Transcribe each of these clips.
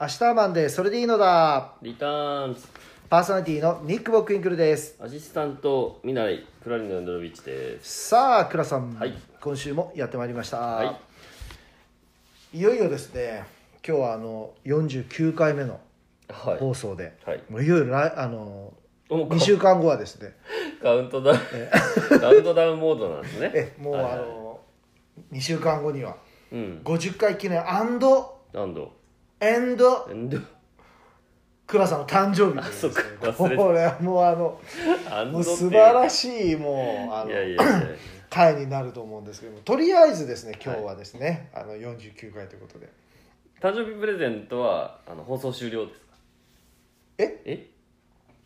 明日はマンデーそれでいいのだリターンズパーソナリティのニック・ボックインクルですアシスタント見ないクラリネ・アンドロビッチですさあ倉さん、はい今週もやってまいりました、、はいよいよですね今日はあの49回目のいは放送で、はいもういよいよ来あのいもう2週間後はですねカウントダウンカウントダウンモードなんですねえもうはいはいあの2週間後にはうん50回記念アンド何度エンドエンド倉さんの誕生日あそっかこ忘れれはもうあの アもンドうってい素う晴らしいもうあのいやいやいや回になると思うんですけどもとりあえずですね今日はですね、あの49回ということで誕生日プレゼントはあの放送終了ですかええ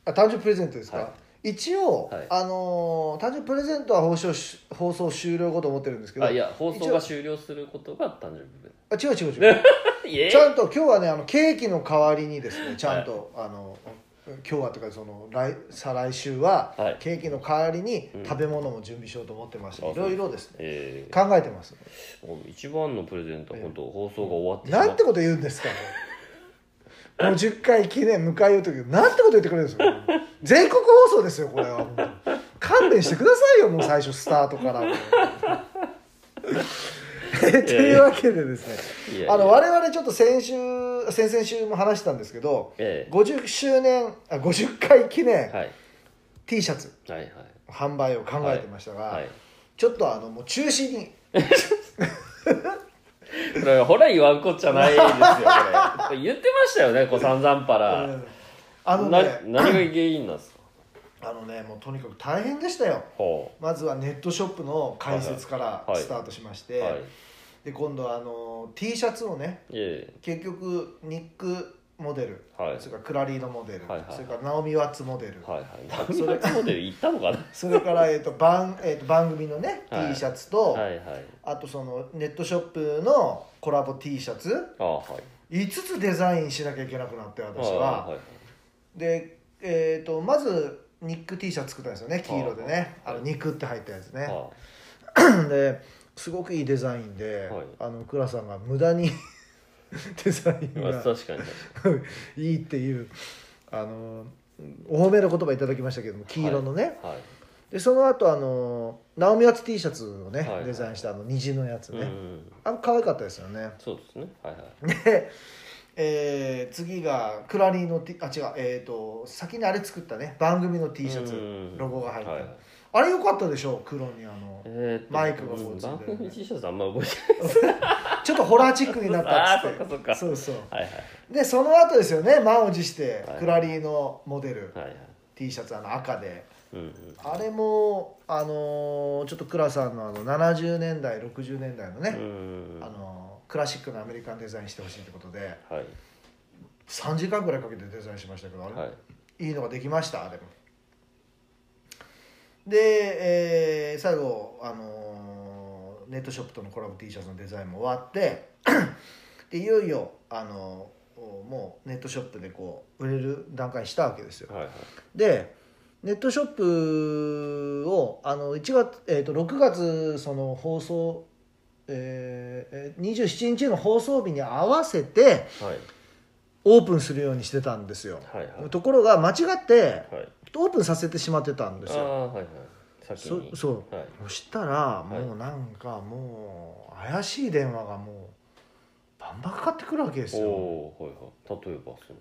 あ誕生日プレゼントですか、は一応、はいあのー誕生日プレゼントは放送し放送終了後と思ってるんですけどあいや放送一応が終了することが誕生日プレゼンあ違う違う違うトイエーイ ちゃんと今日はねあのケーキの代わりにですねちゃんと、あの今日はというかその来再来週は、はいケーキの代わりにうん食べ物も準備しようと思ってまして、あいろいろですねえ考えてますー、もう一番のプレゼントは本当放送が終わってしまっなんてこと言うんですかもう50回記念迎えようというなんてこと言ってくれるんですかもう全国放送ですよこれはもう勘弁してくださいよもう最初スタートからもうえ というわけでですねいやいやあの我々ちょっと先週先々週も話したんですけどえ50周年あ50回記え念はい T シャツはいはい販売を考えてましたが、はいちょっとあのもう中止にこれほら言わんこっちゃないですよこれ言ってましたよねこう散々パラ、うんあのなね何が原因なんです かあのねもうとにかく大変でしたよほまずはネットショップの開設からはいスタートしましうて、はいで今度はあの T シャツをねえ結局ニックモデル、はいそれからクラリーノモデル、はいはいそれからナオミ・ワッツモデル、えはいはい 何月モデル行ったのかなそれから、えっと番えっと番組のね、はい T シャツと、はいはいあとそのネットショップのコラボ T シャツあはい5つデザインしなきゃいけなくなって私は、あはいで、えっとまずニック T シャツ作ったんですよね黄色でねはあいの肉って入ったやつね、はですごくいいデザインで、はいあの倉さんが無駄に デザイいンまあが確かに確か いいっていうあのお褒めの言葉いただきましたけども黄色のね、にはいでその後あのナオミ・ワッツ T シャツをね、はいデザインしたあの虹のやつう んね、うんあの可愛かったですよね そうですねはいはいで、えー次がクラリーの T あ違うえっ、と先にあれ作ったね番組の T シャツ、うんロゴが入った、はいはいあれよかったでしょ黒にあのえーっとマイクがこうついてる番組 T シャツあんま覚えてちょっとホラーチックになったっつってあーそっかそっかそうそうない はいでその後ですよね満を持してはいクラリーのモデル、はいはいはい T シャツあの赤でうんうんあれもあのーちょっと倉さんのあの70年代60年代のうね、んあのークラシックなアメリカンデザインしてほしいってことではい3時間ぐらいかけてデザインしましたけどあれ、はいい、いのができましたあれもで、えー最後、あのーネットショップとのコラボ T シャツのデザインも終わって でいよいよ、あのーもうネットショップでこう売れる段階にしたわけですよはいはいでネットショップをあの1月、えー、と6月その放送、えーえー27日の放送日に合わせてはいオープンするようにしてたんですよ、はいはいところが間違ってはいオープンさせてしまってたんであすあよはいはい先にそそうはいそしたらいもうなんかもう怪しい電話がもうバンバンかかってくるわけですおよおーはいはい例えばそ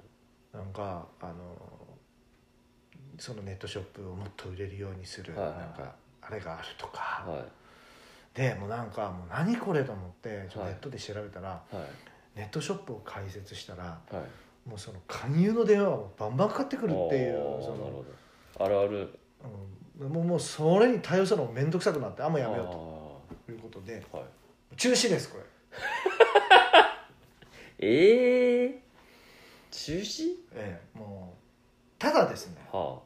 のなんかあのそのネットショップをもっと売れるようにする、はいはいはいなんかあれがあるとか、はでもうなんかもう何これと思ってちょっとはいネットで調べたら、いはいネットショップを開設したらはいもうその勧誘の電話がもうバンバンかかってくるっていうあーそなるの、ほどあるあるうん、もうもうそれに対応するのも面倒くさくなってあんまやめよううということでとはい中止ですこれええ中止ええ、もうただですねは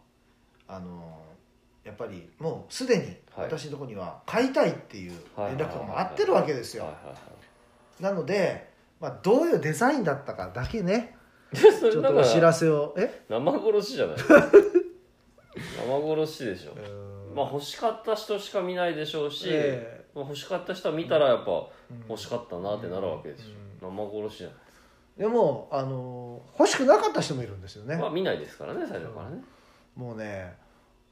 あのやっぱりもうすでにはい私のとこには買いたいっていうはい連絡がもう合ってるわけですよあはいはいはいなので、まあ、どういうデザインだったかだけねでそちょっとれ なんお知らかせをえ生殺し じゃない生殺しでしょうーんまあ欲しかった人しか見ないでしょうし、えまあ、欲しかった人は見たらやっぱえうん欲しかったなってなるわけでしょ、うん生殺しじゃないでもあの欲しくなかった人もいるんですよね、まあ見ないですからね最初からねもうね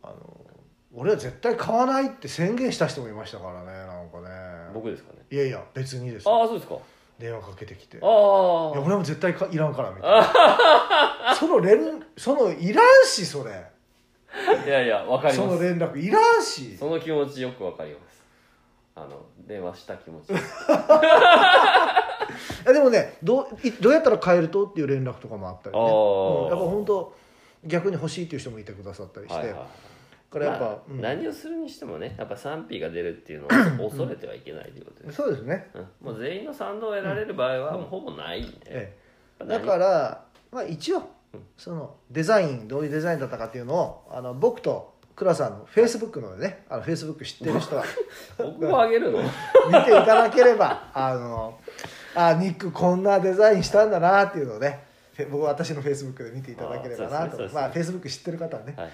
あの俺は絶対買わないって宣言した人もいましたからねなんかね僕ですかねいやいや別にですああそうですか電話かけてきていあやあ俺も絶対かいらんからみたいな その連そのいらんしそれいやいやわかりそまのす連絡いらんしその気持ちよくわかりますあの電話した気持ちえでもねどういどうやったら買えるとっていう連絡とかもあったりね、あーうん、やっぱ本当逆に欲しいっていう人もいてくださったりして、はいはいこれやっぱ、まあうん何をするにしてもねやっぱ賛否が出るっていう のを恐れてはいけないということです、そうですね、うんもう全員の賛同を得られる場合はうんもうほぼないんで、ええ、だから、まあ、一応うんそのデザインどういうデザインだったかっていうのをあの僕と倉さんのフェイスブックのでねあのフェイスブック知ってる人は僕をあげるの見ていただければあのあニックこんなデザインしたんだなっていうのをねフェ僕は私のフェイスブックで見ていただければなあーそとうですねそうですねまあフェイスブック知ってる方はねはい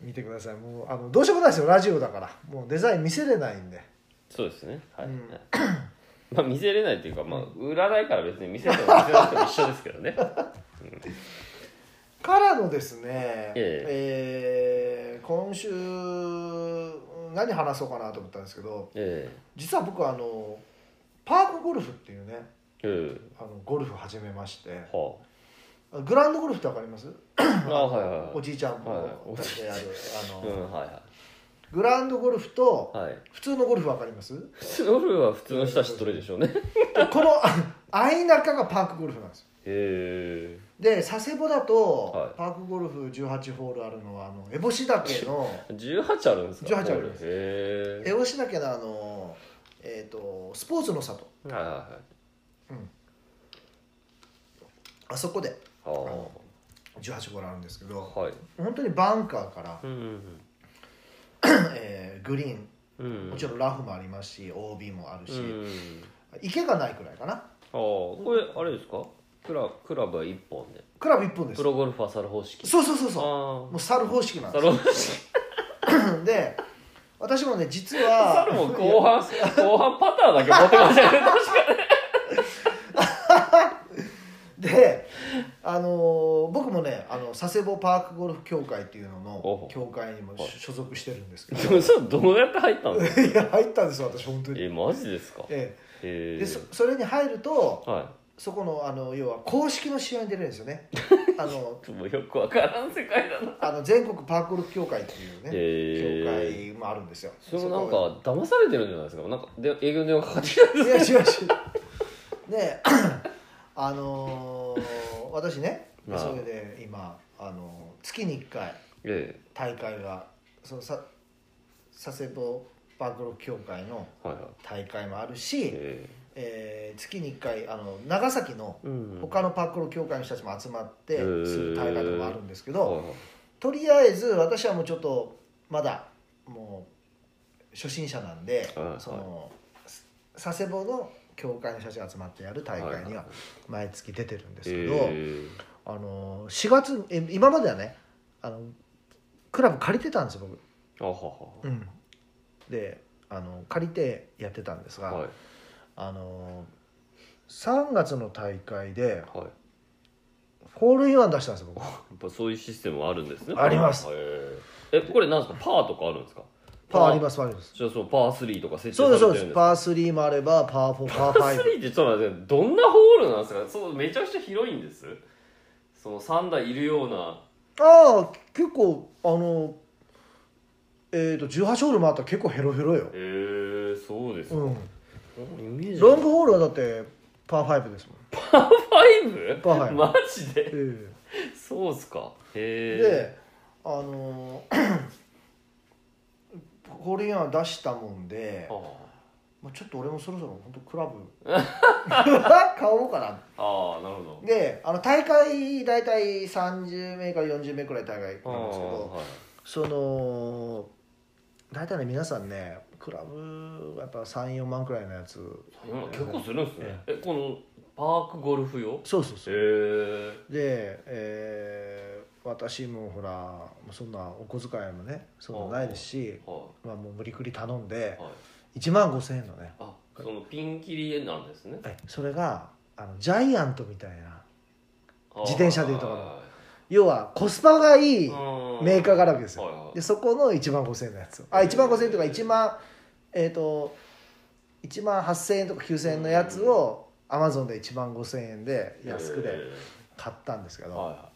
見てくださいもうあのどうしようもないですよラジオだからもうデザイン見せれないんでそうですねはい、う んまあ見せれないというか、まあ、売らないから別に見せても見せなくても一緒ですけ どねからのですね、えー今週何話そうかなと思ったんですけどえ実は僕はあのパークゴルフっていうねえうんあのゴルフ始めましてはグラウンドゴルフってわかりますああはいはいはいおじいちゃんもはいおじいやるあの、うんはグラウンドゴルフといはいはい普通のゴルフわかります普通のルールは普通の人は知っとるでしょうね この 相中がパークゴルフなんですよへで佐世保だはといパークゴルフ18ホールあるのはあの烏帽子岳のえ18あるんですか18あるんですすへえ烏帽子岳のあのえっ、とスポーツの里はいはいはいあそこであ18ホールあるんですけあどはい本当にバンカーから、 うんうんえーグリーンうんうんもちろんラフもありますし OB もあるし、うん池がないくらいかなああこれあれですかクラクラブは1本でクラブ1本ですプロゴルファー猿方式そうそうそうそうあもう猿方式なあんで猿方式すよで私もね実は猿も後半後半パターンだけ持ってましたね確かで、あのー僕もねあの佐世保パークゴルフ協会っていうのおのう協会にもはい所属してるんですけどにでもそれどうやって入ったんですかいや入ったんですよ私本当に、えマジですかへえええでそそれに入るとはそこのあの要は公式の試合に出れるんですよ ねあのいちょっともうよくわからん世界だなあの全国パークゴルフ協会っていうね、へえ協会もあるんですよそれもこなんか騙されてるんじゃないですかなんかで営業の電話かかってきたんいですや違う違うで あのー私ね、まあそれで今、あのー月に1回え大会がそのさ佐世保パークロ協会のえはいはい大会もあるし、ええー月に1回あの長崎のえうん他のパークロ協会の人たちも集まってすへーる大会とかもあるんですけはいど、はいとりあえず私はもうちょっとまだもう初心者なんで、はいはいその佐世保の協会の人たちが集まってやる大会には毎月出てるんですけど、へえあの4月え今まではねあのクラブ借りてたんですよ僕。あははうん、であの借りてやってたんですが、はいあの3月の大会ではいやホールインワン出したんですよ僕っぱそういうシステムはあるんですねありますへええこれなんですかパーとかあるんですかパーありすますパーありますじゃあそのパー3とか設置そうですそうですパーパー3もあればパー4パー5 3ってちょっと待ってどんなホールなんですかそうめちゃくちゃ広いんですその3台いるようなああ結構あのえっ、と18ホール回ったら結構ヘロヘロよ、へえそうですか、うん、イメージロングホールはだってパー5ですもん、 5? パーファイブマジでえそうっすかえへであの ホールインワン出したもんで、えあまあ、ちょっと俺もそろそろ本当クラ ブ買おうかなあああなるほどであの大会大体30名から40名くらい大会なんですけああどはいその大体ね皆さんねクラブはやっぱ34万くらいのやつ今結構するんですねえこのパークゴルフ用へそうそうそうえで、えー私もほらもうそんなお小遣いもねそんなないですし、はまあ、もう無理くり頼んでいはい1万5000円のねあそのピンキリなんですねえそれがあのジャイアントみたいな自転車でいうところの要はコスパがいいメーカーがあるわけですよ、はいはいでそこの1万5000円のやつをあ1万5000円とか1万えっ、と1万8000円とか9000円のやつをアマゾンで1万5000円で安くで買ったんですけど は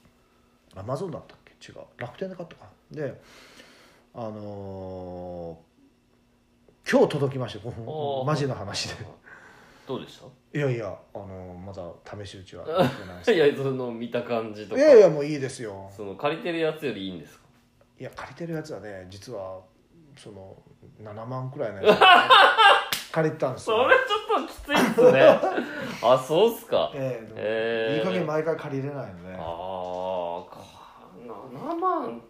アマゾンだったっけ違う楽天で買ったかなであのー今日届きましたよいはいマジの話でどうでしいやいや、あのまだ試し打ちはやってないでたす いやその見た感じといかやいやもういいですよその借りてるやつよりいいんですかいや借りてるやつはね実はその7万くらいのやつ 借りてたんですそよれちょっときついっすね あそうっすかええでもええいい加減毎回借りれないのでああ7万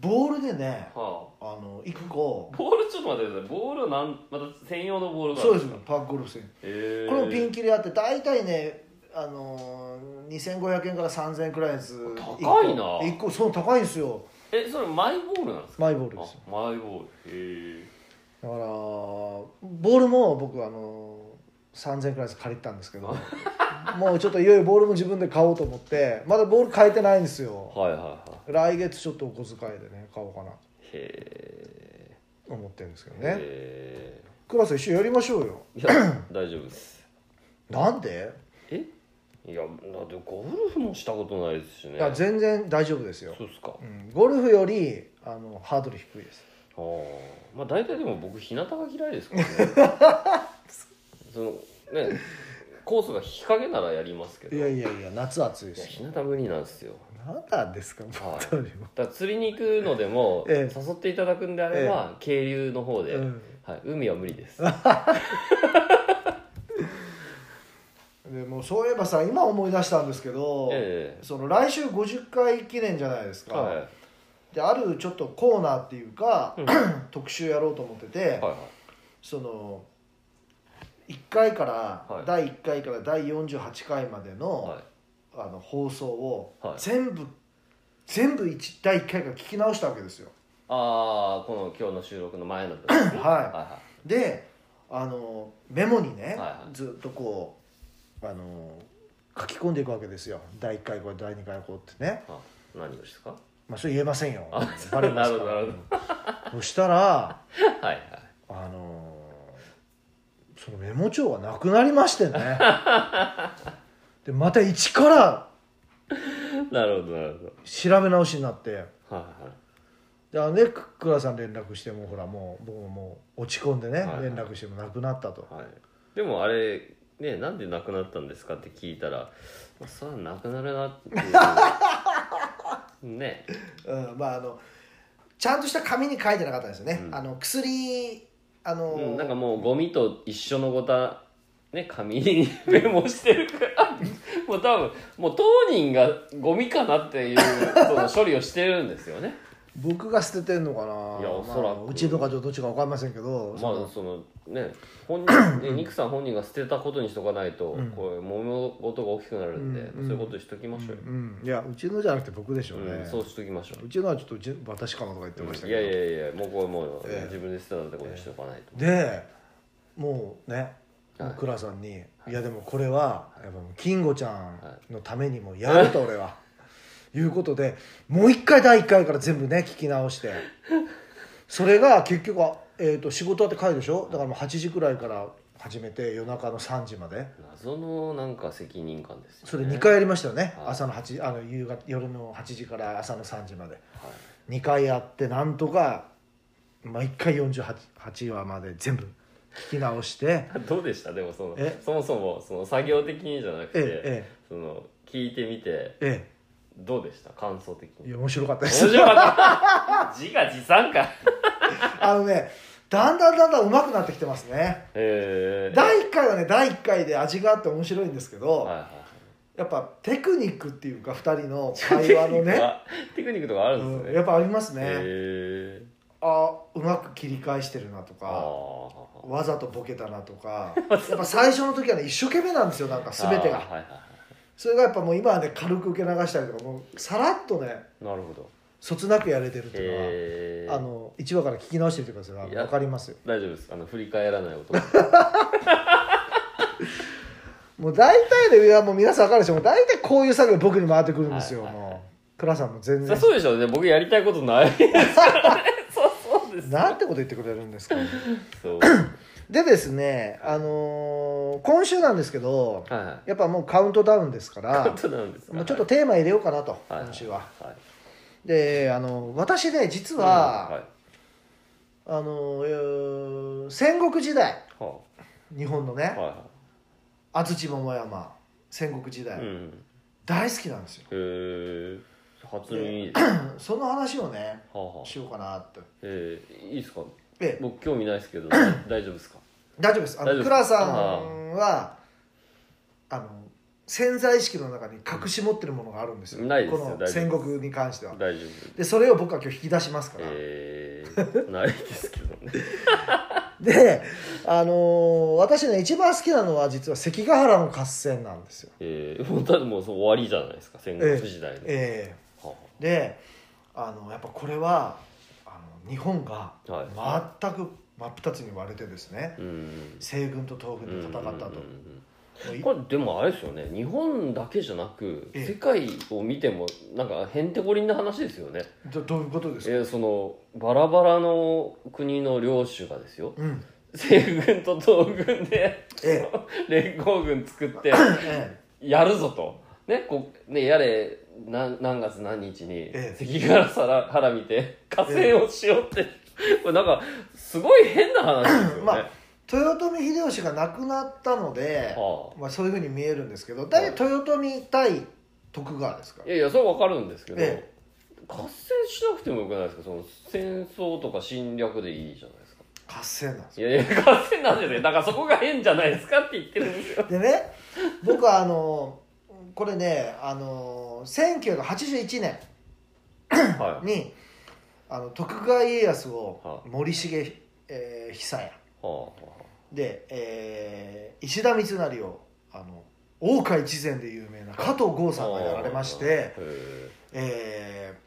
ボールでねはあの一個あボールちょっと待ってくださいボールはなんまた専用のボールがあそるうですよパークゴルフ戦へえこれもピンキリあって大体ねあのー2500円から3000円くらいのやつ高いな1個そう高いんですよえそれマイボールなんですかマイボールあですよマイボールへえだからボールも僕あの3000円くらいのやつ借りてたんですけ どもうちょっといよいよボールも自分で買おうと思ってまだボール変えてないんですよはいはいはい来月ちょっとお小遣いでね買おうかなへと思ってるんですけどえねへクラス一緒にやりましょうよえ いや大丈夫ですなんで、えいやだってゴルフもしたことないですしねいや全然大丈夫ですよ、そうっすかあうん、ゴルフよりあのハードル低いですあまあ大体でも僕日向が嫌いです からねそのねコースが日陰ならやりますけどいやいやいや夏暑いでいやす日よ向無理なんですよ何なんですか本当にもだから釣りに行くのでも、ええ誘っていただくんであれば、渓流の方う、で、はい、海は無理ですん、でもうそういえばさ今思い出したんですけど、えその来週50回記念じゃないですえか、はいはいであるちょっとコーナーっていうか、うん 特集やろうと思ってて、はいその1回から、はい第1回から第48回までの,、はいあの放送をはい全部、全部一第1回から聞き直したわけですよ。ああこの今日の収録の前の時はいは、はいであのメモにね、はいはいずっとこうあの書き込んでいくわけですよ第1回こう第2回こうってね。いあ何をですか まあ、それ言えませんよあバレますかならるほどなるそしたらはいはいあのーそのメモ帳がなくなりまして ねでまた一からなるほどなるほ調べ直しになってどはいはいであのねく倉さん連絡してもほらもう僕ももう落ち込んでね、はい連絡してもなくなったとはい、でもあれねなんでなくなったんですかって聞いたら、まあ、それはなくなるなっていう ねうんまああのちゃんとした紙に書いてなかったんですよね、うんあの薬あのうんなんかもうゴミと一緒のごたね紙にメモしてるからもう多分もう当人がゴミかなっていうその処理をしてるんですよね僕が捨ててんのかないやおそらくうちのかどっちか分かりませんけど、まそあのそのね本人ねニクさん本人が捨てたことにしとかないと、うんこう物事が大きくなるんで、うんうんそういうことにしときましょうよ、うん、いやうちのじゃなくて僕でしょうね、ううんそうしときましょうちのはちょっとうち私かなとか言ってましたいけど、やいやいやもうこれもうええ自分で捨てたってことにしておかないと、でもうねはい倉、さんに「いやでもこれはやっぱもう金吾ちゃんはのためにもやると俺は」いうことでもう一回第一回から全部ね聞き直してそれが結局は、えー、と仕事終わって帰るでしょだからもう8時くらいから始めて夜中の3時まで謎のなんか責任感ですよそれね2回やりましたよね、はい朝の8あの夕方夜の8時から朝の3時まではい2回やってなんとか毎回48 8話まで全部聞き直して。 どうでしたでもそのえそもそもその作業的にじゃなくて、えその聞いてみてええどうでした感想的えいにや面白かったで面す白かった 自画自賛かへ あのねだんだんだんだん上手くなってきてますねえ第1回はね第1回で味があって面白いんですけど、はいはいはいやっぱテクニックっていうか2人の会話のね、テクニックとかあるんですうんね、やっぱありますね、へえあうまく切り返してるなとあかあわざとボケたなと かやっぱ最初の時はね一生懸命なんですよなんか全てあーがはいはいはそれがやっぱもう今はね軽く受け流したりとかもうさらっとねいなるほどそつなくやれてるっていうのは、へえあの1話から聞き直してみてくださいいや分かりますよ大丈夫ですあの振り返らない音はももう大体でいやもう皆さん分かるでしょもう大体こういう作業僕に回ってくるんですよ、はいはいはいもう倉さんも全そ然 そうでしょうね僕やりたいことない ですからねそうそうです なんてこと言ってくれるんですか、ね、そうでですねあのー今週なんですけどはいはいやっぱもうカウントダウンですからことなんですかもうちょっとテーマ入れようかなと、はい今週は。はいであの私ね実はは、いあのえー戦国時代は日本のあねは安土桃山戦国時い代、はいうん大好きなんですよ。へー初耳ですはその話をねあはあしようかなって。えーいいですかで僕興味ないです けど大丈夫ですか大丈夫です。あ大丈の夫倉さんはあの潜在意識の中に隠し持ってるものがあるんですよ。ないですよこ大丈の夫です戦国に関しては。大丈夫でそれを僕は今日引き出しますから。えーないですけどねで、あのー私ね一番好きなのは実は関ヶ原の合戦なんですよ。えー、本当はもうそう終わりじゃないですか戦国時代の、えはえであのやっぱこれはあの日本があはい、全く真っ二つに割れてですねうん西軍と東軍で戦ったとうんうんうんうんもういこれでもあれですよね日本だけじゃなくええ世界を見てもなんかへんてこりんな話ですよねどどういうことですか、えーそのバラバラの国の領主がですようん西軍と東軍でえ連合軍作ってえやるぞとねこうねやれな何月何日にええ関ヶ原原見て火星をしようって、これなんかすごい変な話ですよね、まあ豊臣秀吉が亡くなったので、はあまあ、そういうふうに見えるんですけど大体豊臣対徳川ですからいやいやそれはわかるんですけど、え合戦しなくてもよくないですかその戦争とか侵略でいいじゃないですか合戦なんですいよやいや合戦なんですよねだからそこが変じゃないですかって言ってるんですよでね僕はあのこれねあの1981年はいにあの徳川家康をは森重、えー久弥はで、えー石田三成をあの大岡一善で有名な加藤剛あさんがやられましはあへて、えー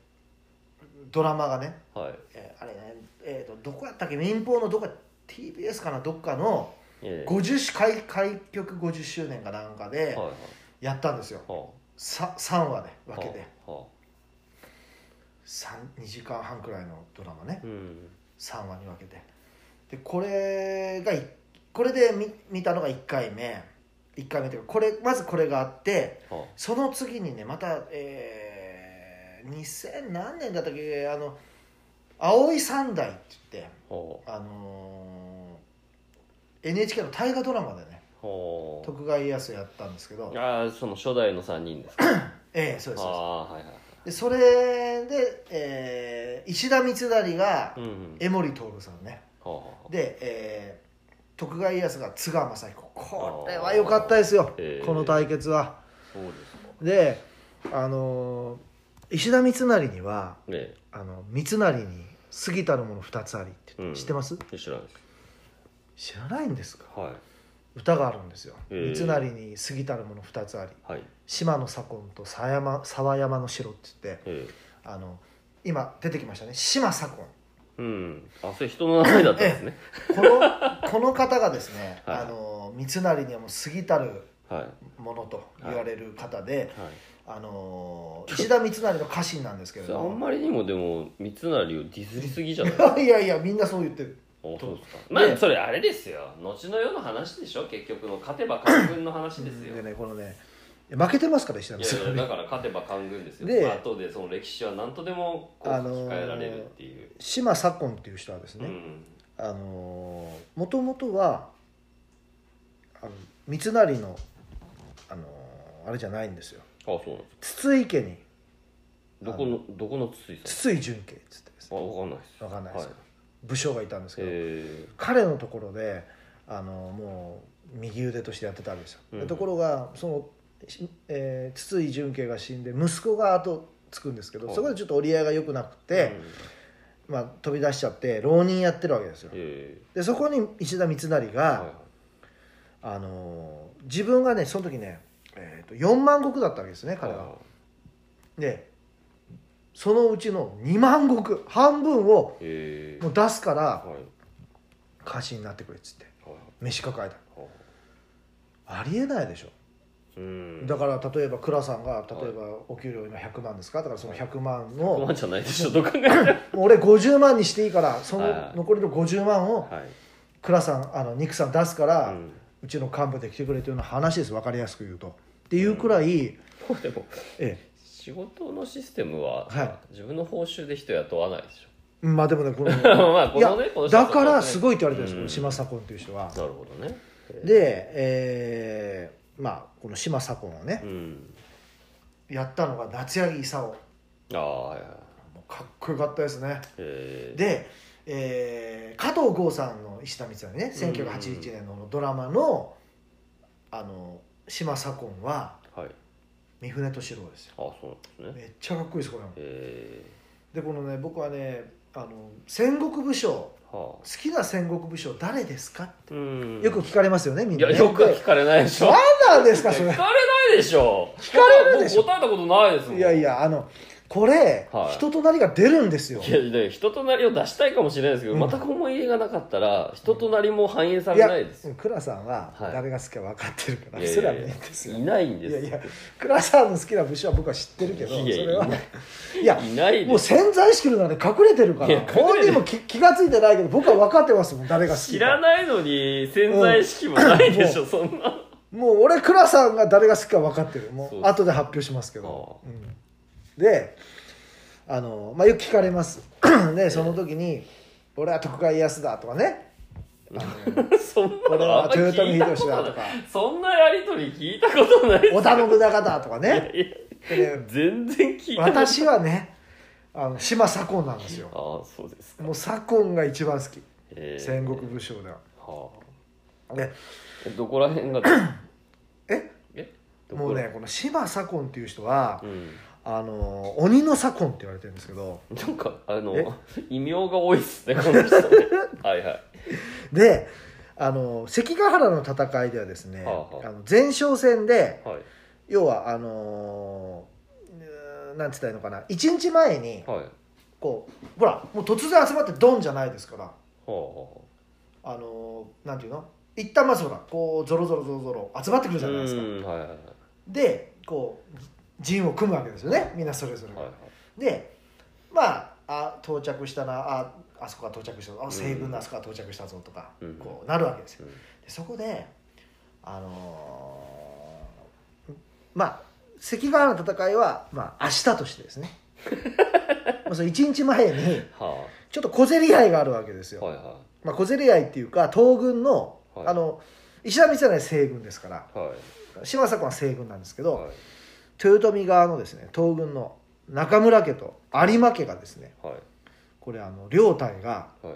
ドラマがね、えはいえーあれね、えーとどこやったっけ民放のどこや TBS かなどっかのええ50周開開局50周年かなんかではいはいやったんですよ、はさ3話であ分けてはあは2時間半くらいのドラマねあうん3話に分けてでこれがいこれで見見たのが1回目1回目というかこれまずこれがあってはその次にねまたえー、2000何年だったっけあの青い三代って言ってあはあのー NHK の大河ドラマでねあはあ徳川家康をやったんですけどああその初代の3人ですかええそうですそあうあはいはいですでそれで、えー石田三成がうんうん江守徹さんね、はあはあで、えー徳川家康が津川雅彦これは良かったですよ、えーこの対決はそうですかであのー石田三成にはねあの三成に過ぎたるもの2つありって、うん知ってますえ知らないです知らないんですかは歌があるんですよ、えー三成に過ぎたるもの2つありいはい島の左近と狭山沢山の城って言ってええあの今出てきましたね島左近うんあそれ人の名前だったんですね このこの方がですね、はいあのー三成にはもう過ぎたるはいはものと言われる方で、いあのー石田三成の家臣なんですけれそれどあんもまりにもでも三成をディスりすぎじゃな いいやいやみんなそう言ってるおそうですかまねあそれあれですよ後の世の話でしょ結局の勝てば官軍の話ですよでねこのね負けてますから石田い三やいや成だから勝てば官軍ですよでまあ後でその歴史は何とでもこうあのー吹き替えられるっていう、島左近っていう人はですねあのもともとはあの三成のあのーあれじゃないんですようんあそうなんです筒井家にどこのどこの筒井さ筒井純慶っつってですんあねわかんないですわかんないですけはど武将がいたんですけど、え彼のところであのもう右腕としてやってたわけですよ、でうんところがその、しえー筒井純慶が死んで息子が後つくんですけどはいそこでちょっと折り合いが良くなくーてう、んまあ、飛び出しちゃって浪人やってるわけですよえでそこに石田三成が、ーはいはいあのー自分がねその時ね、えーと4万石だったわけですね彼はあでそのうちの2万石半分をーえーもう出すかはらいはい家臣になってくれっつってはい召し抱えたはありえないでしょうんだから例えば倉さんが例えばお給料今100万ですかだからその100万 の、困っちゃないでしょどう考 えてもはいもう俺50万にしていいからそはいはのい残りの50万を倉さんあの肉さん出すから、ううんちの幹部で来てくれというような話です分かりやすく言うと。っていうくらい、でもえ仕事のシステムは、は自分の報酬で人雇わないでしょえまあでもね このまあこいやのねこの人だからすいごいって言われてるんです、うんこの島左近という人は。なるほどねで、えーまあこの島左近をねう、んやったのが夏柳功もああはいはいうかっこよかったですね。えーで、えー加藤剛さんの石田光成ねうん1981年のドラマの「あの島左近」ははいあ三船敏郎ですよそうなんですねめっちゃかっこいいですこれもえでこのね僕はねあの戦国武将ーは好きな戦国武将誰ですかあうんよく聞かれますよねみんいなやねよくは聞かれないでしょ何なんですかそ聞れかれないでしょ聞かれるでしょ僕答えたことないですもんいやいやあのこれ、はい人となりが出るんですよいやで人となりを出したいかもしれないですけど、うん全く思い入れがなかったら人となりも反映さいれやないですよ倉さんははい誰が好きか分かってるから、いやいそれやはいいいやんですよいないんでいすやよいや倉さんの好きな武将は僕は知ってるけどいやいやそれはいないやいないもうです潜在意識の中で隠れてるかいらや隠れてる本人も気気が付いてないけど僕は分かってますもん誰が好きか知らないのに潜在意識もないでしょ、そんなもう俺倉さんが誰が好きか分かってるもそううです後で発表しますけど、うんであの、まあ、よく聞かれます でその時に「俺は徳川家康だ」とかねあのそんな俺のあはんま聞豊い臣秀たこ吉とだ」なといかそんなやりとり聞いたことない「織田信長だ」とかねいやいやでね全然聞いたことない私はねあの島左近なんですよああそうですかもう左近が一番好きえー戦国武将でははねあえどこら辺がええどこもうねこの柴左近っていう人はう、んあの鬼の左近って言われてるんですけどなんかあのえ異名が多いっすねこ の人ねはいはいであの関ヶ原の戦いではですね、はあはああの前哨戦ではい要はあのうーんなんつったらいいのかな1日前にはいはこうほらもう突然集まってドンじゃないですからあはあのなんていうの一旦まずほらこうゾロゾロゾロゾロ集まってくあるじゃないですかうんはいはいはいでこう陣を組むわけですよねみんなそれぞれが、はいはいでまああ到着したなああそこが到着したぞあ西軍のあそこが到着したぞとか、うんこうなるわけですようんでそこであのーまあ関ヶ原の戦いは、まあ、明日として ですねまあその1日前にはちょっと小競り合いがあるわけですあよ、はいはまあ、小競り合いっていうか東軍の,、はいあの石田三成は西軍ですからいはい島佐子は西軍なんですけど、はい豊臣側のですね東軍の中村家と有馬家がですねはいこれあの両隊がはい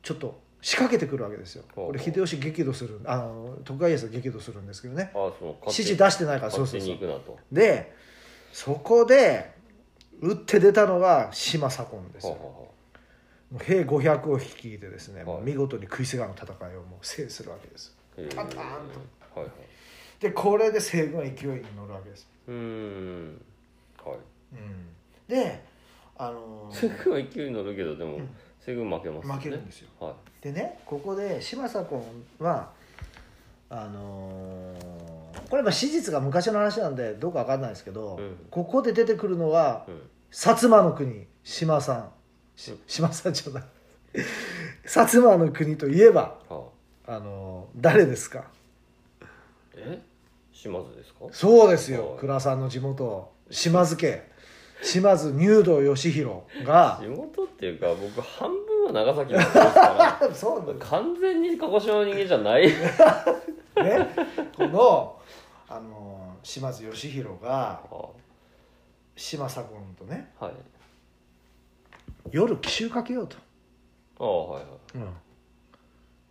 ちょっと仕掛けてくるわけですよほうほこうれ秀吉激怒するあの徳川家康が激怒するんですけどねああその指勝手示に出してないからそう勝そ手うそに行うくなとでそこで打って出たのが島左近ですよはあはあはあもう兵500を率いてですね、はい見事に食いせがの戦いをもう制するわけですへえパターンとはいはいでこれで西軍は勢いに乗るわけです、うーんはいうん、であのセーグは勢いに乗るけどでもうんセグ負けますよね負けるんですよはでねここで柴左近はあのーこれは史実が昔の話なんでどうか分かんないですけど、うんここで出てくるのはいうん薩摩の国島さんし島さんじゃない 薩摩の国といえば、はああのー誰ですかえ島津ですかそうですよはい倉さんの地元島津家島津入道義弘が 地元っていうか僕半分は長崎の人ですかそうら完全に鹿児島の人間じゃないね、この、あのー島津義弘がは島左近とねあはい夜奇襲かけようと、ああはいはい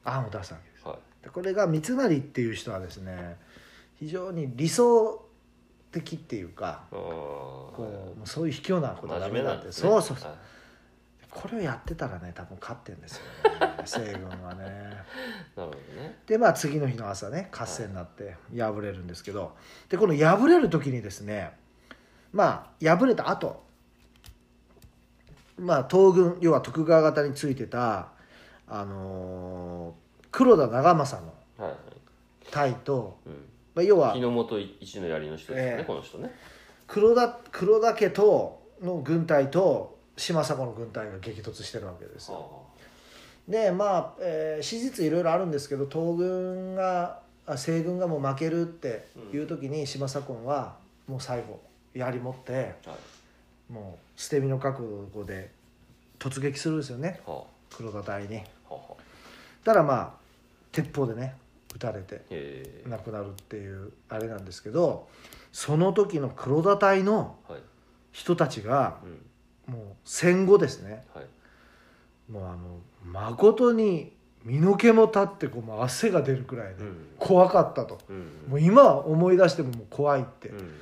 案を出すわけですはいでこれが三成っていう人はですね非常に理想的っていうかあこうもうそういう卑怯なことは真ダ面メ目ななんんでですねそうそうそうはいこれをやってたらね多分勝ってんですよね 西軍はねなるほどねでまあ次の日の朝ね合戦になって敗れるんですけどでこの敗れる時にですねまあ敗れた後まあ東軍要は徳川方についてたあのー黒田長政のはい隊とうんままあ、要は日の本一の槍の人ですよね、ええこの人ね黒田黒田家との軍隊と島迫の軍隊が激突してるわけですよ。でまあ、えー史実いろいろあるんですけど東軍があ西軍がもう負けるっていう時に島左近はもう最後槍持ってああはいもう捨て身の覚悟で突撃するんですよねは黒田隊に。あはあはあたらまあ鉄砲でね撃たれてへえ亡くなるっていうあれなんですけどその時の黒田隊のはい人たちがうんもう戦後ですねはいもうあの誠に身の毛も立ってこうもう汗が出るくらいでうん怖かったと、うんもう今思い出してももう怖いってうん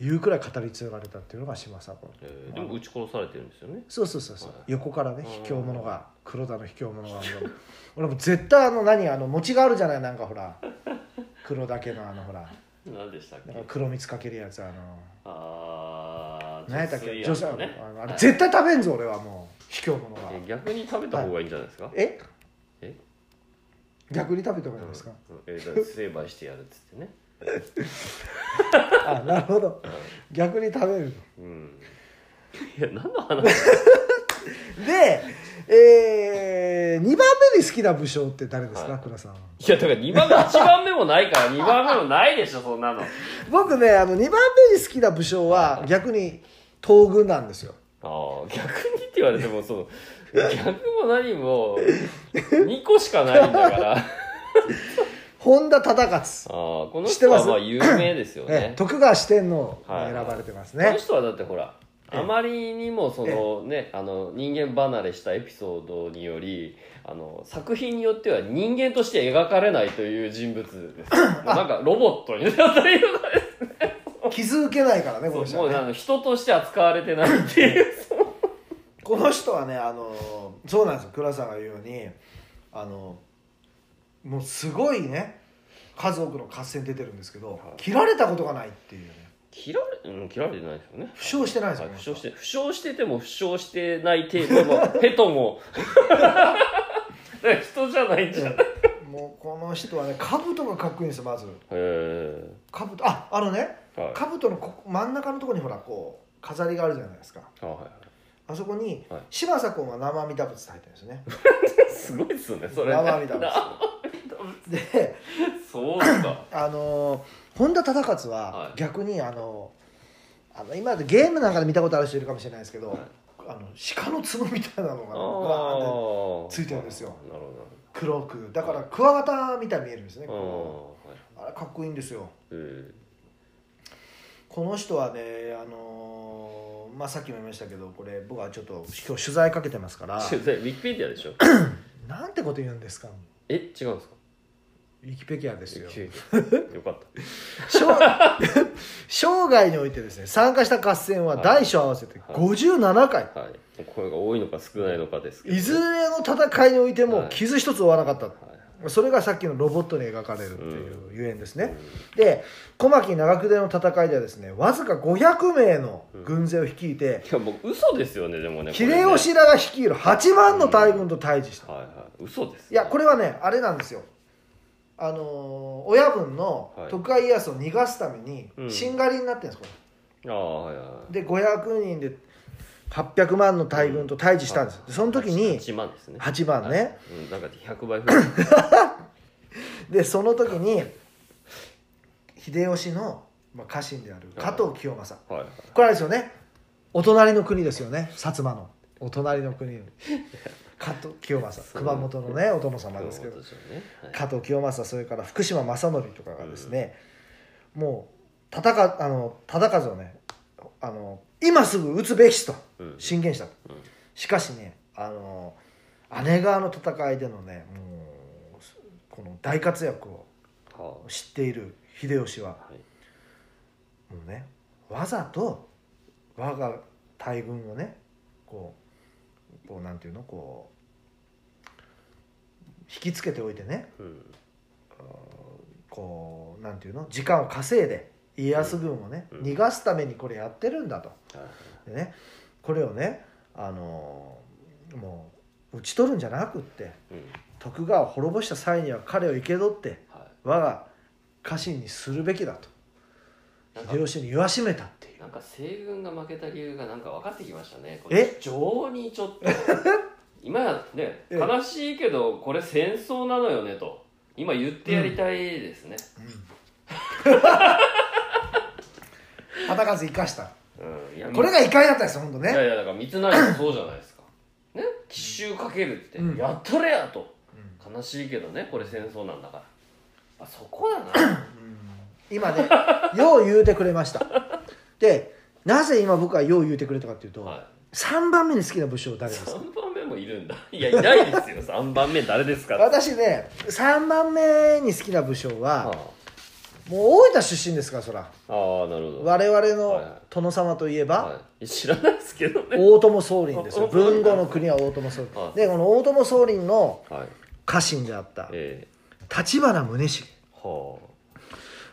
いうくらい語り継がれたっていうのが島迫ええでも撃ち殺されてるんですよねそうそうそうそうはい横からねうん卑怯者が黒田の卑怯者がもう俺も絶対あの何あの餅があるじゃないなんかほら黒だけのあのほら何でしたっけなんか黒蜜かけるやつあのああ何やったっけ女子あのねあのあれ絶対食べんぞ俺はもう卑怯者がえ逆に食べた方がいいんじゃないですかええ逆に食べてもらえますか、うんえーだ成敗してやるっつってねあなるほど逆に食べるうんいや何の話で、え2番目に好きな武将って誰ですか、はい倉さんはいやだから2番目1番目もないから2番目もないでしょそんな の僕ねあの2番目に好きな武将は逆に東軍なんですよああ逆にって言われてもその逆も何も2個しかないんだから あ本田忠勝、あこの知って人まはすまあ有名ですよえね徳川四天王にはい選ばれてますこのね、人はだってほらええあまりにもそのねあの人間離れしたエピソードによりあの作品によっては人間として描かれないという人物 ですもうなんかロボットになったりとか傷受けないからねこの人もはうねあの人として扱われてないっていうこの人はねあのそうなんですよ倉さんが言うようにあのもうすごいね数多くの合戦出てるんですけど、い切られたことがないっていうね切られ、うん、切られてないですよね負傷してないですよはねい負傷して負傷してても負傷してない程度 のヘトも だから人じゃないんじゃないへもうこの人はね兜がかっこいいんですよまずえ兜ああのねはい兜のここ真ん中のところにほらこう飾りがあるじゃないですかあはあそこにはい柴咲コウが生身打仏って入ってるんです よねいすごいっすねそれね生身打仏でそうか あのー本田忠勝ははい逆にあのあの今までゲームなんかで見たことある人いるかもしれないですけど、はいあの鹿の角みたいなのがバーンってああついてるんですよなるほど黒くだからクワガタみたいに見えるんですねあこああはいうれかっこいいんですよえこの人はねあのーまあさっきも言いましたけどこれ僕はちょっと今日取材かけてます からえ取材ウィキペディアでしょなんてこと言うんですかえ違うんですかウィキペディアですよよかっ生生涯においてですね参加した合戦は大小合わせて57回、たはい声が多いのか少ないのかですけどい、ずれの戦いにおいてもはい傷一つ負わなかった、はいそれがさっきのロボットに描かれるっていうゆえんですね、で小牧長久手の戦いではですねわずか500名の軍勢を率いて、いやもう嘘ですよねでもねこれね秀吉らが率いる8万の大軍と対峙した、はいはい嘘ですいやこれはねあれなんですよあのー親分のはい徳川家康を逃がすためにうんしんがりになってるんですこれああはいはいれで500人で800万の大軍と対峙したんですよ、はでその時に8万ですね8万ね、はいうん、なんか100倍 増えるでその時に秀吉の、まあ、家臣である加藤清正はいはいこれあれですよねお隣の国ですよね薩摩のお隣の国の加藤清正そう熊本のねお殿様ですけどそういうことでしょうねはい加藤清正それから福島正則とかがですね、もう戦かあの忠和をねあの今すぐ撃つべきとうん進言したと、うんしかしねあの姉川の戦いでのねもうこの大活躍をは知っている秀吉はあはいもうねわざと我が大軍をねこうこうなんていうのこう引きつけておいてねうんこうなんていうの時間を稼いで家康軍をね、うん逃がすためにこれやってるんだとはいはいでねこれをねあのーもう討ち取るんじゃなくってうん徳川を滅ぼした際には彼を生け取ってはい我が家臣にするべきだと秀吉に言わしめたっていうなんか西軍が負けた理由がなんか分かってきましたねこえれ情にち ょっと今やねええ悲しいけどこれ戦争なのよねと今言ってやりたいですね、戦わず生かしたうんいやこれが異界だったんですよ本当いやねいやだから三成もそうじゃないですか ね奇襲かけるって、うんやっとれやとうん悲しいけどねこれ戦争なんだからあそこだ な今ねよう言うてくれましたでなぜ今僕はよう言うてくれたかっていうと、は3番目に好きな武将誰いですか3番目もいるんだいやいないですよ3番目誰ですかって私ね3番目に好きな武将は、あもう大分出身ですからそらあああなるほど我々はいの殿様といえば、はい、知らないですけどね大友宗麟ですよ あそうなん文だ豪の国は大友宗麟はいでこの大友宗麟のはい家臣であったえ橘宗茂えは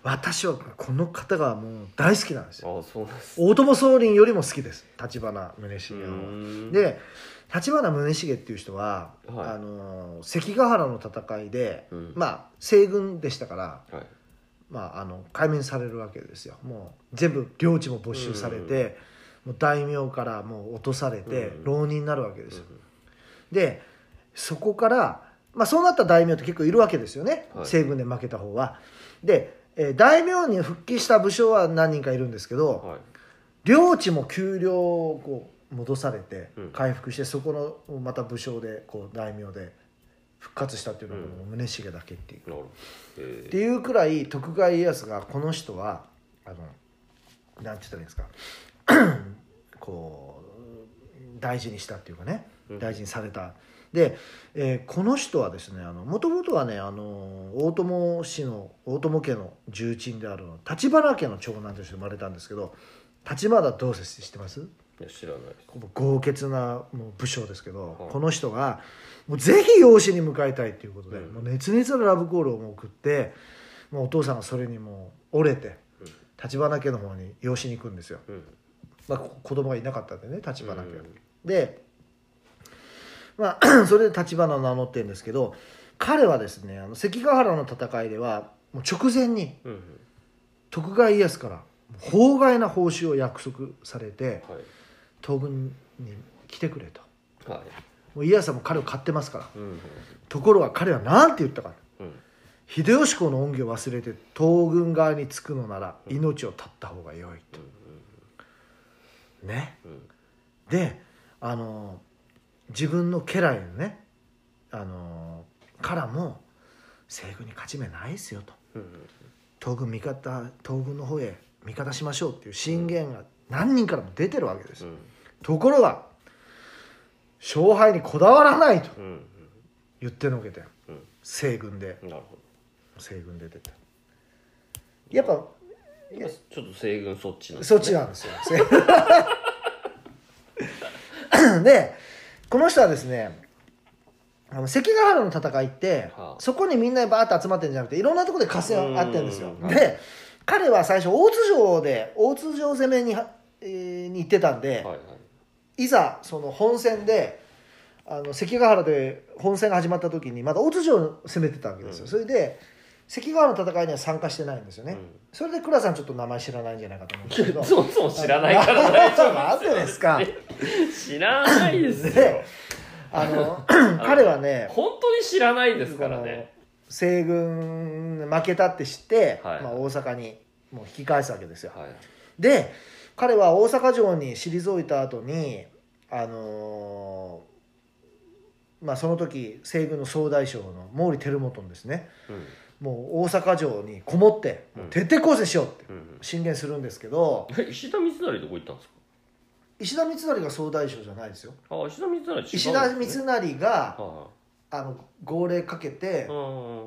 私はこの方がもう大好きなんですよあああそうなんです大友宗麟よりも好きです橘宗う茂はーんで橘宗茂っていう人は、はいあの関ヶ原の戦いで、うんまあ西軍でしたから、はいまあ、あの解明されるわけですよもう全部領地も没収されて、もう大名からもう落とされて、うん浪人になるわけですよ、うんでそこから、まあ、そうなった大名って結構いるわけですよね、はい西軍で負けた方はで、えー大名に復帰した武将は何人かいるんですけど、はい領地も給料をこう戻されてうん回復して、そこのまた武将でこう大名で復活したっていうのがこの宗茂だけっていうなるほどえっていうくらい徳川家康がこの人はあのなんて言ったらいいんですか こう大事にしたっていうかねうん大事にされた、で、えーこの人はですねもともとはねあの大友氏の大友家の重鎮である立花家の長男として生まれたんですけど立花どうせ知ってますえいや知らないですこう豪傑なもう武将ですけど、はいこの人がもうぜひ養子に迎えたいということで、うんもう熱烈なラブコールをもう送ってもうお父さんがそれにもう折れてうん橘家の方に養子に行くんですよ、うんまあ、こ子供がいなかったんでね橘家、うんで、まあ、 それで橘を名乗ってるんですけど彼はですねあの関ヶ原の戦いではもう直前にうん徳川家康から法外な報酬を約束されてはい東軍に来てくれと。はいもう家康はもう彼を買ってますからうんところが彼は何て言ったかうん秀吉公の恩義を忘れて東軍側につくのなら命を絶った方が良いと、ねうんであの自分の家来のねあのからも西軍に勝ち目ないですよとうん東軍味方東軍の方へ味方しましょうっていう進言が何人からも出てるわけです、うんところが勝敗にこだわらないとうんうん言ってのけてうん西軍でなるほど西軍出てたやっぱ今ちょっと西軍そっちなんですそっちなんですよ でこの人はですねあの関ヶ原の戦いって、はあそこにみんなでバーッと集まってるんじゃなくていろんなところで合戦があってるんですようんで彼は最初大津城で大津城攻めに,、えーに行ってたんで、はいはいいざその本戦であの関ヶ原で本戦が始まった時にまだ大津城を攻めてたわけですよ、うんそれで関ヶ原の戦いには参加してないんですよね、うんそれで倉さんちょっと名前知らないんじゃないかと思うんですけどそもそも知らないから大 丈夫なんでですか知らないですよねあ の 彼はね本当に知らないですからね西軍負けたって知って、はいまあ、大阪にもう引き返すわけですよ、はいで彼は大阪城に退いた後にあのーまあその時西軍の総大将の毛利輝元ですねうんもう大阪城にこもってうんもう徹底抗戦しようってうん進言するんですけどえ石田三成どこ行ったんですか石田三成が総大将じゃないですよあ石田三成違うんですね石田三成がはあの号令かけいてうんうん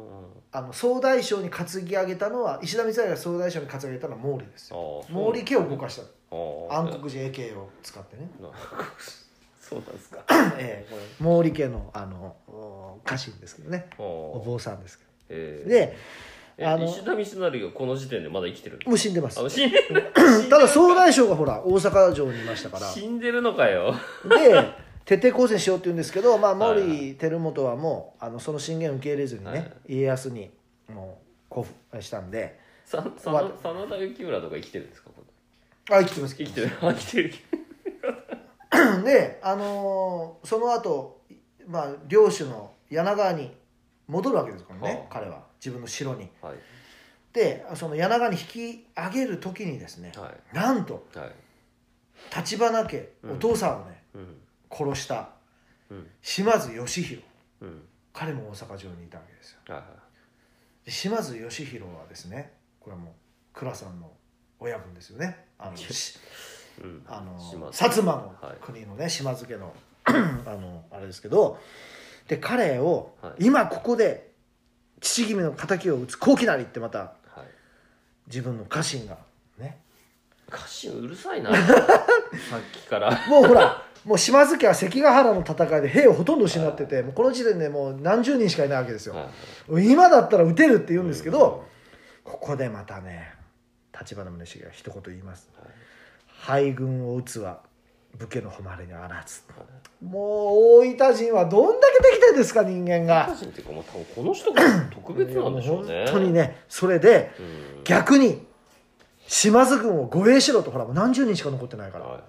あの総大将に担ぎ上げたのは石田三成が総大将に担ぎ上げたのは毛利ですよ毛利家を動かしたあ暗黒寺 AK を使ってね暗黒 そうなんですかええ毛利家のあのお家臣ですけどねお坊さんですけえどーでえあの石田三成がこの時点でまだ生きてるんですもう死んでますあ死んでるただ総大将がほら大阪城にいましたから死んでるのかよ で徹底抗戦しようって言うんですけど、まあ、はい毛利輝元はもうあのその進言を受け入れずにね、はい家康にもう降伏したんでさ佐終わっ野真田幸村とか生きてるんですかあ生きてます生きてるあ生きてる で、あのーその後、まあ領主の柳川に戻るわけですからね、はあ彼は自分の城にはいでその柳川に引き上げる時にですねはなんといはい橘家うんお父さんをね、うん殺したうん島津義弘うん彼も大阪城にいたわけですよはいはで島津義弘はですねこれはもう倉さんの親分ですよねあのしいうんあの島薩津摩の国のね島津家の あのあれですけどで彼をはい今ここで父君の敵を討つ高貴なりってまたはい自分の家臣がね家臣うるさ いなさっきからもうほ らもう島津家は関ヶ原の戦いで兵をほとんど失っててもうこの時点でもう何十人しかいないわけですよ、はい今だったら撃てるって言うんですけど、ここでまたね立花宗茂が一言言いますはい敗軍を打つは武家の誉れにあらずはいもう大分人はどんだけできてるんですか人間家が臣っていうかもう多分この人が特別なんでしょうね本当にねそれでうん逆に島津軍を護衛しろとほらもう何十人しか残ってないからはいはい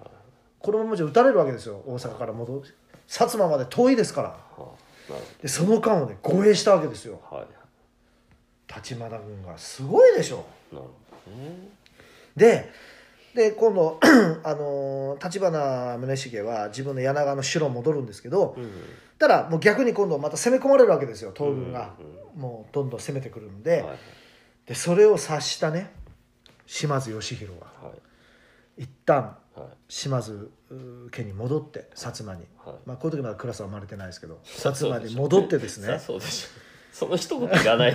このままじゃ撃たれるわけですよ大阪から戻る薩摩まで遠いですからはあなるでその間をね護衛したわけですよほどはい立花軍がすごいでしょなるほどねでで今度 あのー立花宗茂は自分の柳川の城に戻るんですけどうんただもう逆に今度また攻め込まれるわけですよ東軍がう、んもうどんどん攻めてくるんで,、はいでそれを察したね島津義弘ははい一旦はい島津う家に戻って薩摩に、はいまあ、この時まだ倉さんは生まれてないですけどそ薩う摩に戻ってですねそうでしょその一言い らない、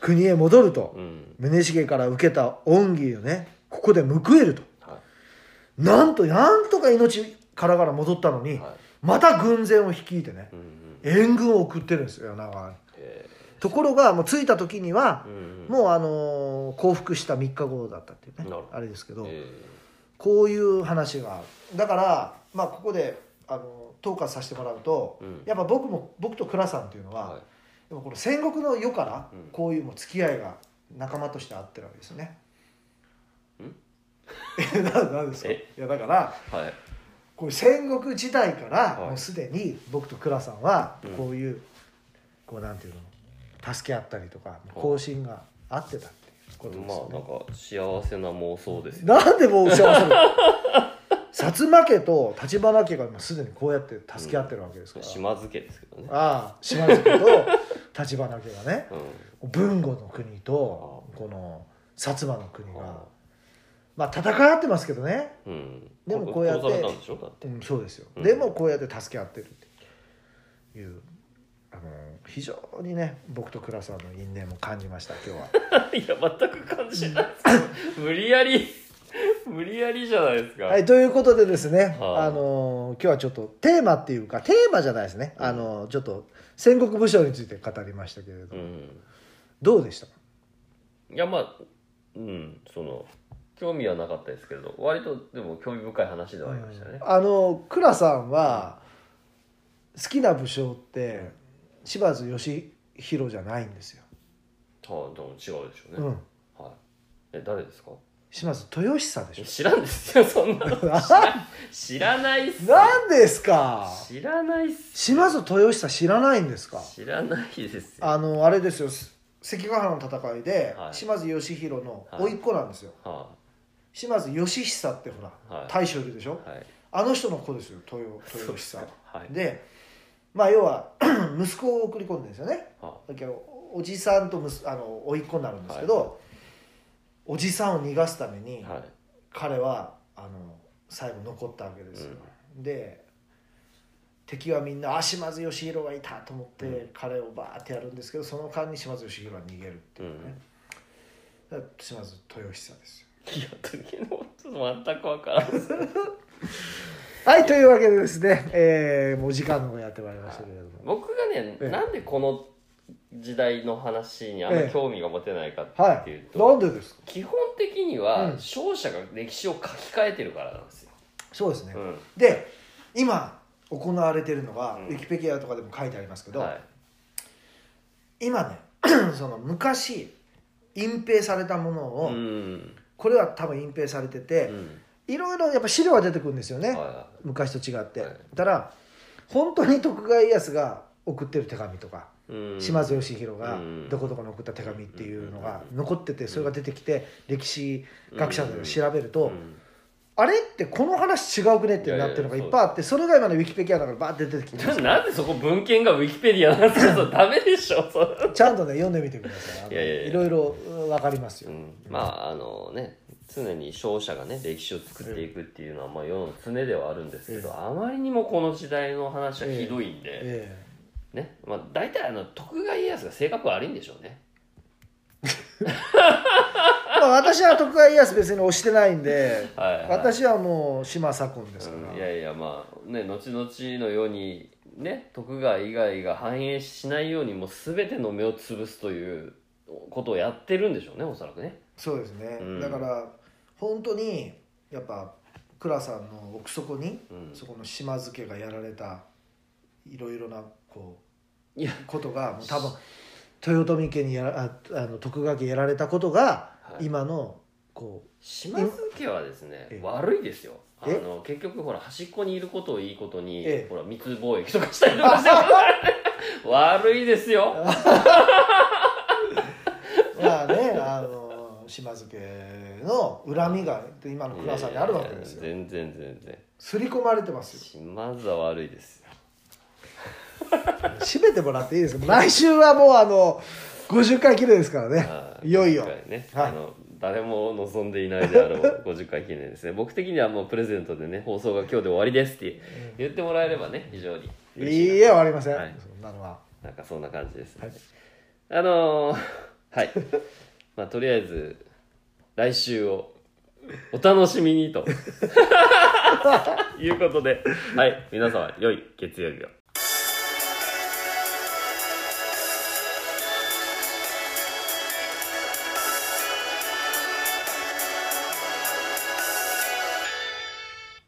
国へ戻るとうん宗茂から受けた恩義をねここで報えるとはなんとなんとか命からがら戻ったのに、いはいまた軍勢を率いてねうんうん援軍を送ってるんですよ柳川にえところがもう着いた時にはーうんうんもうあのー降伏した3日後だったっていうねなるほどあれですけど、えこういう話があるだからまあここであの統括させてもらうと、うんやっぱ僕も僕と倉さんっていうのーは、はでもこの戦国の世からうんこういうもう付き合いが仲間としてあってるわけですね。ん えななんですかいえやだからいはいこういう戦国時代からはいもうすでに僕と倉さんはうんこういう、こうなんていうの助け合ったりとか交信があってたっていうことですまよあね。なんか幸せな妄想ですよなんでもう幸せ なの薩摩家と立花家がもうすでにこうやって助け合ってるわけですから、島漬けですけどねああ島津家と立花家がねうん豊後の国とこの薩摩の国がはまあ戦い合ってますけどね、あうんでもこうやって殺されたんでしょだってうん、そうですよ、うんでもこうやって助け合ってるっていうあの非常にね僕と倉さんの因縁も感じました今日 はいや全く感じないですよ無理やり 無理やりじゃないですか、はいということでですね、はいあの今日はちょっとテーマっていうかテーマじゃないですね、うんあのちょっと戦国武将について語りましたけれど、うんどうでしたかいやまあうんその興味はなかったですけれど割とでも興味深い話ではありましたね、あの倉さんは好きな武将って柴津義弘じゃないんですよ、はあでも違うでしょうね、うん、はいえ誰ですか島津豊久でしえょ知らんですよそん なの知らないっす何ですか知らないっす島津豊久知らないんですか知らないですよはあのあれですよす関ヶ原の戦いで、はい島津義弘の甥っ子なんですよ、あ島津義久ってほら、はい大将いるでしょはいあの人の子ですよ豊豊久はいでまあ要は 息子を送り込んでるんですよねはだけどおじさんとむすあの甥っ子になるんですけど、はいおじさんを逃がすために、あはい彼はあの最後残ったわけですよ、で敵はみんな「あ島津義弘がいた!」と思って、うん彼をバーってやるんですけどその間に島津義弘は逃げるっていうね、だから島津豊久ですよいや時のちょっと全くわからん ですはいというわけでですね、えーもう時間の方やってまいりましたけれども僕がね、ええなんでこの時代の話にあんま興味が持てないかはっていういと、なんでですか基本的にはうん勝者が歴史を書き換えてるからなんですよ、そうですね、うんで今行われてるのが、うんウィキペディアとか でも書いてありますけど、はい今ねその昔隠蔽されたものを、うんこれは多分隠蔽されてうて、んいろいろやっぱ資料が出てくるんですよね、は昔と違って、はいたら本当に徳川家康が送ってる手紙とか、いうん島津義弘がうんどこどこに送った手紙っていうのがうん残っててそれが出てきて歴史学者うでん調べるうと、んあれってこの話違うくねってなってるのがいっぱいあってそれが今のウィキペディアだからバーって出てきてま なすなんでそこ文献がウィキペディアなんですかそれダメでしょそれちゃんとね読んでみてくださいあのいやいやいやいろいろうんわかりますよ、うんまああのね常に勝者がね歴史を作っていくっていうのはまあ世の常ではあるんですけえどあまりにもこの時代の話はひどいんでええねまあ大体あの徳川家康が性格悪いんでしょうねまあ、私は徳川家康別に押してないんではいはい私はもう島左近ですから、うんいやいやまあね後々のようにね徳川以外が繁栄しないようにもう全ての目を潰すということをやってるんでしょうねおそらくねそうですね、うんだから本当にやっぱ倉さんの奥底に、うんそこの島津家がやられたいろいろなこういやことがもう多分豊臣家にやらああの徳川家やられたことが、はい今のこう島津家はですえねえ悪いですよあえの結局ほら端っこにいることをいいことに、ええほら密貿易とかしたりとかしてる 悪いですよまあ ねあの島津家の恨みが今の倉さんにあるわけですいやよいやいや全然全然刷り込まれてますよ島津は悪いですよ締めてもらっていいですか来週はもうあの50回綺麗ですからねはいよいよ今回ね、はいあの誰も望んでいないであろう50回記念ですね 僕的にはもうプレゼントでね放送が今日で終わりですって言ってもらえればね非常にい嬉しいいえ終わりません、はいそんなのはななんかそんな感じですね、はいあのー はいまあとりあえず来週をお楽し みにということではい皆様良い月曜日を